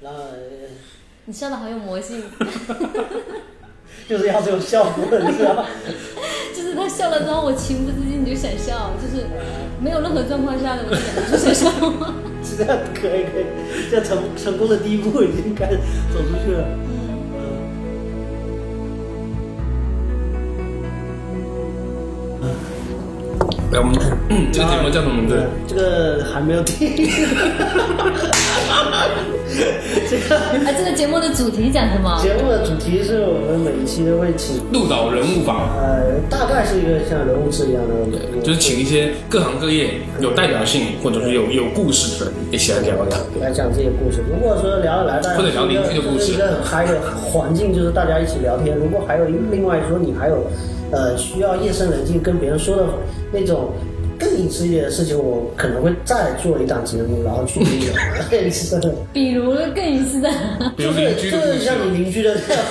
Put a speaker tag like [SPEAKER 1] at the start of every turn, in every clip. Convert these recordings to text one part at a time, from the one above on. [SPEAKER 1] 然后
[SPEAKER 2] 你笑的好有魔性，
[SPEAKER 1] 就是要这种效果，你知道吗？
[SPEAKER 2] 就是他笑了之后，我情不自禁就想笑，就是没有任何状况下的我就忍不住想笑。
[SPEAKER 1] 是这样，可以可以，这成成功的第一步已经开始走出去了。
[SPEAKER 2] 嗯，
[SPEAKER 3] 来，我们嗯这个节目叫什么名字？
[SPEAKER 1] 呃这个还没有 定，这个
[SPEAKER 2] 啊，这个节目的主题讲什么？
[SPEAKER 1] 节目的主题是我们每一期都会请，
[SPEAKER 3] 鹿岛人物榜，
[SPEAKER 1] 呃，大概是一个像人物志一样的，
[SPEAKER 3] 就是请一些各行各业有代表性或者是有有故事的人一起来聊聊。
[SPEAKER 1] 来讲这些故事。如果说聊得来，大家
[SPEAKER 3] 或者聊邻居的故事
[SPEAKER 1] 是一个很嗨的环境，就是大家一起聊天。如果还有一另外说你还有，呃，需要夜深人静跟别人说的那种。更隐私一点的事情，我可能会再做一档节目，然后去 聊。是的，
[SPEAKER 2] 比如更隐私的，
[SPEAKER 3] 比
[SPEAKER 1] 就
[SPEAKER 3] 如
[SPEAKER 1] 是
[SPEAKER 3] 邻居
[SPEAKER 1] 就
[SPEAKER 3] 的故
[SPEAKER 1] 是
[SPEAKER 3] 事
[SPEAKER 1] 像，你邻居的 这样。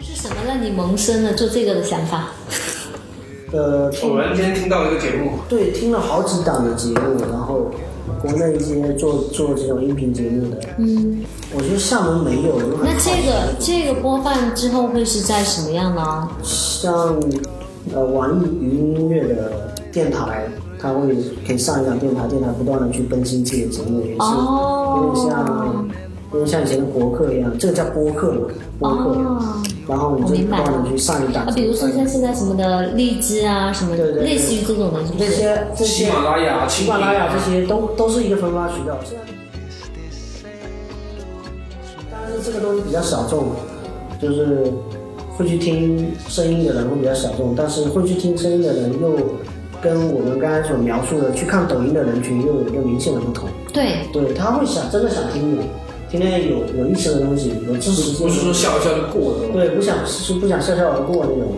[SPEAKER 2] 是什么让你萌生了做这个的想法？
[SPEAKER 1] 呃，听
[SPEAKER 4] 偶然间听到一个节目，
[SPEAKER 1] 对，听了好几档的节目，然后国内一些做做这种音频节目的，
[SPEAKER 2] 嗯，
[SPEAKER 1] 我觉得厦门没有。有很
[SPEAKER 2] 那这
[SPEAKER 1] 好
[SPEAKER 2] 个这个播放之后会是在什么样呢？
[SPEAKER 1] 像呃网易云音乐的电台，它会可以上一档电台，电台不断的去更新自己的节目，也是有
[SPEAKER 2] 哦
[SPEAKER 1] 点像有点像以前的博客一样，这个叫播客嘛，播客。
[SPEAKER 2] 哦，
[SPEAKER 1] 然后你就不断的去上一档
[SPEAKER 2] 啊，，比如说像现在什么的荔枝啊，什么
[SPEAKER 1] 对对对
[SPEAKER 2] 类似于这种的，是不
[SPEAKER 1] 这
[SPEAKER 2] 是？
[SPEAKER 1] 些这些
[SPEAKER 4] 喜马拉雅啊
[SPEAKER 1] 喜马拉雅这些都都是一个分发渠道。但是这个东西比较小众，就是会去听声音的人会比较小众，但是会去听声音的人又跟我们刚才所描述的去看抖音的人群又有一个明显的不同。
[SPEAKER 2] 对，
[SPEAKER 1] 对，他会想真的想听你，今天有有意思的东西，有知识
[SPEAKER 4] 不
[SPEAKER 1] 性的
[SPEAKER 4] 是说
[SPEAKER 1] 东西，
[SPEAKER 4] 笑一笑就过了。
[SPEAKER 1] 对，不想是不想笑笑而过那种。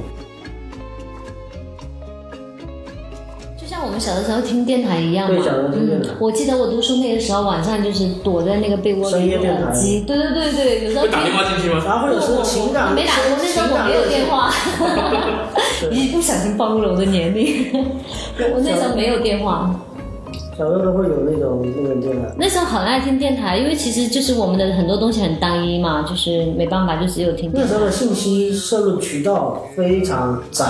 [SPEAKER 2] 就像我们小的时候听电台一样嘛。
[SPEAKER 1] 对小时候听电台
[SPEAKER 2] 嗯，我记得我读书那个时候，晚上就是躲在那个被窝
[SPEAKER 1] 深
[SPEAKER 2] 里
[SPEAKER 1] 夜
[SPEAKER 2] 用
[SPEAKER 1] 电台
[SPEAKER 2] 耳机，对对对对，有时候
[SPEAKER 3] 会
[SPEAKER 2] 听
[SPEAKER 3] 打电话进去吗？
[SPEAKER 1] 然后或者是情感，
[SPEAKER 2] 没打过，那时候我没有电话，一不小心暴露了我的年龄。我那时候没有电话，
[SPEAKER 1] 小时候会有那种那种电台。
[SPEAKER 2] 那时候很爱听电台，因为其实就是我们的很多东西很单一嘛，就是没办法，就只有听
[SPEAKER 1] 那
[SPEAKER 2] 电
[SPEAKER 1] 时
[SPEAKER 2] 台。
[SPEAKER 1] 候的信息摄入渠道非常窄，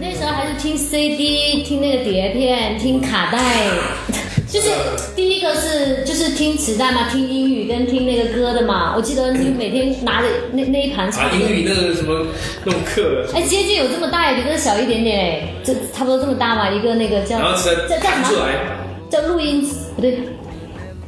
[SPEAKER 2] 那时候还是听 CD，听那个碟片，听卡 带，就是第一个是就是听磁带嘛，听英语跟听那个歌的嘛。我记得你每天拿着那那一盘唱
[SPEAKER 3] 啊，
[SPEAKER 2] 片
[SPEAKER 3] 英语那个什么弄课，
[SPEAKER 2] 哎，接近有这么大，也比这个小一点点哎，这差不多这么大吧，一个那个叫
[SPEAKER 3] 然后才
[SPEAKER 2] 叫叫什
[SPEAKER 3] 看出
[SPEAKER 2] 么？
[SPEAKER 3] 来，
[SPEAKER 2] 叫录音不对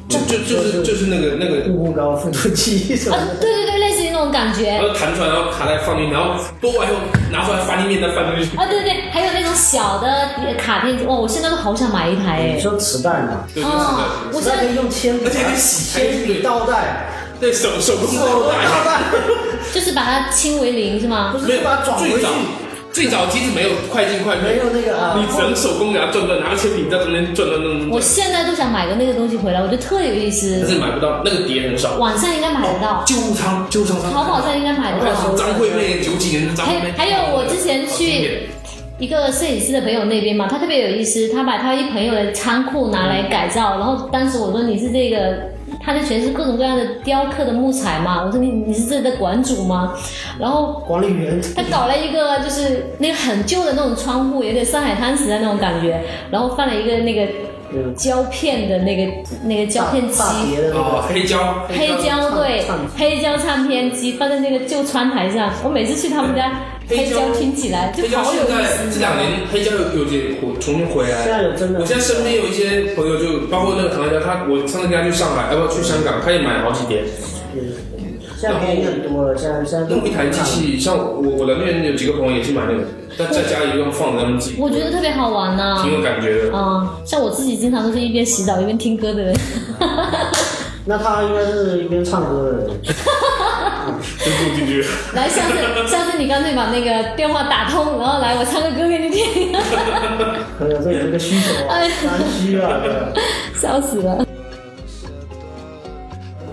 [SPEAKER 3] 就就就是就是那个那个，
[SPEAKER 1] 步步高，复读机什么
[SPEAKER 2] 啊，对对对，类似于那种感
[SPEAKER 3] 然
[SPEAKER 2] 觉
[SPEAKER 3] 后弹出来，然后卡带放进，去，然后播完以后拿出来翻一面再翻出去。
[SPEAKER 2] 啊，对对，还有那种小的卡片，哇，哦我现在都好想买一台
[SPEAKER 1] 的。你
[SPEAKER 3] 嗯
[SPEAKER 2] 哎。
[SPEAKER 1] 说磁带吗？
[SPEAKER 3] 对，就是那
[SPEAKER 2] 哦
[SPEAKER 3] 个，
[SPEAKER 2] 我
[SPEAKER 1] 磁
[SPEAKER 2] 现
[SPEAKER 1] 带可以
[SPEAKER 2] 在
[SPEAKER 1] 用铅笔
[SPEAKER 3] 而且还
[SPEAKER 1] 啊，
[SPEAKER 3] 得洗
[SPEAKER 1] 铅笔
[SPEAKER 3] 对
[SPEAKER 1] 倒 带，
[SPEAKER 3] 对手手工
[SPEAKER 1] 手
[SPEAKER 3] 打
[SPEAKER 1] 倒 带，
[SPEAKER 2] 就是把它清为零是吗
[SPEAKER 3] 嗯
[SPEAKER 1] 不？是把它转回
[SPEAKER 3] 最
[SPEAKER 1] 去
[SPEAKER 3] 早，最早机子没有快进快
[SPEAKER 1] 没有
[SPEAKER 3] 退，
[SPEAKER 1] 那个啊
[SPEAKER 3] 你，只能手工给它转转，拿个铅笔在中间转转转转
[SPEAKER 2] 我
[SPEAKER 3] 转，
[SPEAKER 2] 现在都想买个那个东西回来，我觉得特有意
[SPEAKER 3] 但
[SPEAKER 2] 思。
[SPEAKER 3] 是买不到，那个碟很少。
[SPEAKER 2] 网上应该买得到，
[SPEAKER 3] 救护舱，救护舱上，
[SPEAKER 2] 淘宝上应该买得
[SPEAKER 3] 我看什么
[SPEAKER 2] 到。
[SPEAKER 3] 张惠妹九几年的张惠
[SPEAKER 2] 还
[SPEAKER 3] 妹，
[SPEAKER 2] 还有我之前去一个摄影师的朋友那边嘛，他特别有意思，他把他一朋友的仓库拿来改造，然后当时我说你是这个，他就全是各种各样的雕刻的木材嘛，我说你你是这个馆主吗？然后
[SPEAKER 1] 管理员，
[SPEAKER 2] 他搞了一个就是那个很旧的那种窗户，有点上海滩时代那种感觉，然后放了一个那个
[SPEAKER 1] 嗯
[SPEAKER 2] 胶片的那个那个胶片机，
[SPEAKER 1] 大碟的那个，
[SPEAKER 3] 哦黑胶，
[SPEAKER 2] 黑胶对
[SPEAKER 1] 唱唱
[SPEAKER 2] 黑胶唱片机放在那个旧窗台上，我每次去他们家黑
[SPEAKER 3] 黑胶
[SPEAKER 2] 胶听起来就
[SPEAKER 3] 黑胶
[SPEAKER 2] 好有
[SPEAKER 3] 现
[SPEAKER 2] 意
[SPEAKER 3] 在这
[SPEAKER 2] 思。
[SPEAKER 3] 两年黑胶有有点火重新回
[SPEAKER 1] 现
[SPEAKER 3] 来。
[SPEAKER 1] 在有真的
[SPEAKER 3] 我，现在身边有一些朋呃友，就包括那个唐人街，他我上次跟他去上海，要不要去香港，他也买了好几碟。
[SPEAKER 1] 嗯现在便宜很多了，现在现在都
[SPEAKER 3] 弄一台机器，像我我的那边有几个朋友也是买那个，但在家里用放着他们自己，
[SPEAKER 2] 我觉得特别好玩呐、
[SPEAKER 3] 挺有感觉的。
[SPEAKER 2] 啊，像我自己经常都是一边洗澡一边听歌的人，
[SPEAKER 1] 那他应该是一边唱歌的人，
[SPEAKER 3] 真住进去，
[SPEAKER 2] 来，下次下次你干脆把那个电话打通，然后来我唱个歌给你听，
[SPEAKER 1] 可能这有一个需求啊，
[SPEAKER 2] 哎
[SPEAKER 1] 刚需啊，对。
[SPEAKER 2] 笑死了。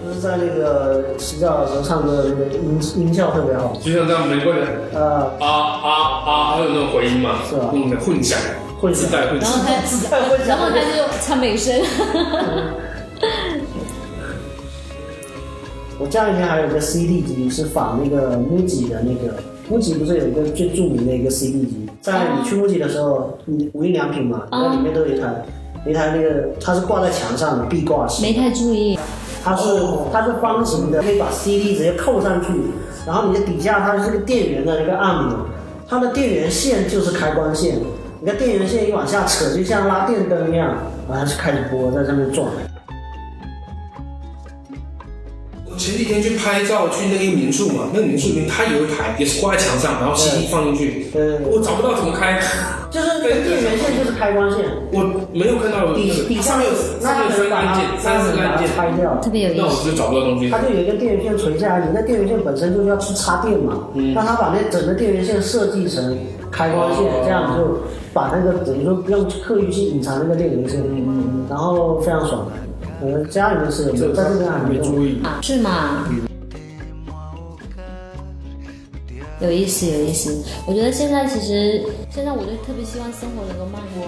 [SPEAKER 1] 就是在那个洗澡的时候唱歌的那个音音效特别好，
[SPEAKER 3] 就像这样玫瑰的
[SPEAKER 1] 呃，
[SPEAKER 3] 啊啊啊，还有那种回音嘛，
[SPEAKER 1] 是吧
[SPEAKER 3] 嗯，混响，
[SPEAKER 1] 混响
[SPEAKER 3] 自带混
[SPEAKER 2] 然后
[SPEAKER 3] 响。
[SPEAKER 1] 自
[SPEAKER 2] 他，
[SPEAKER 1] 带混响
[SPEAKER 2] 然后他就唱美声，
[SPEAKER 1] 我家里面还有个 CD 机是仿那个 MUJI 的那个，MUJI 不是有一个最著名的一个 CD 机，在你去 MUJI 的时候，你无印良品嘛，
[SPEAKER 2] 哦
[SPEAKER 1] 那里面都有一台，一台那个它是挂在墙上的壁挂式，
[SPEAKER 2] 没太注意。
[SPEAKER 1] 它是
[SPEAKER 3] 哦
[SPEAKER 1] 它是方形的，可以把 CD 直接扣上去，然后你的底下它是个电源的那个按钮，它的电源线就是开关线，你看电源线一往下扯，就像拉电灯一样，然后就开始播，在上面转。
[SPEAKER 3] 我前几天去拍照，去那个民宿嘛，那个民宿里面它有一台也是挂在墙上，然后 CD 放进去，
[SPEAKER 1] 对
[SPEAKER 3] 我找不到怎么开，
[SPEAKER 1] 就是那个电源线就是开关线，
[SPEAKER 3] 我没有看到那
[SPEAKER 1] 底
[SPEAKER 3] 个
[SPEAKER 1] 底下
[SPEAKER 3] 上面有上
[SPEAKER 1] 那
[SPEAKER 3] 面有
[SPEAKER 1] 可
[SPEAKER 3] 三
[SPEAKER 1] 以
[SPEAKER 3] 个
[SPEAKER 1] 把
[SPEAKER 3] 按
[SPEAKER 1] 它
[SPEAKER 3] 键，三四个按键，
[SPEAKER 1] 拆掉。
[SPEAKER 2] 特别有
[SPEAKER 3] 那
[SPEAKER 2] 意
[SPEAKER 3] 我
[SPEAKER 2] 思。
[SPEAKER 3] 就找不到东西
[SPEAKER 1] 它。就有一个电源线垂下来，你那电源线本身就是要去插电嘛，
[SPEAKER 3] 嗯
[SPEAKER 1] 那它把那整个电源线设计成开关线，
[SPEAKER 3] 哦
[SPEAKER 1] 这样就把那个等于说不用刻意去隐藏那个电源线，
[SPEAKER 3] 嗯
[SPEAKER 1] 然后非常爽。我们家里面是有，在这边还没用。
[SPEAKER 3] 意，
[SPEAKER 2] 啊，是吗？有意思，有意思。我觉得现在其实，现在我就特别希望生活能够慢过。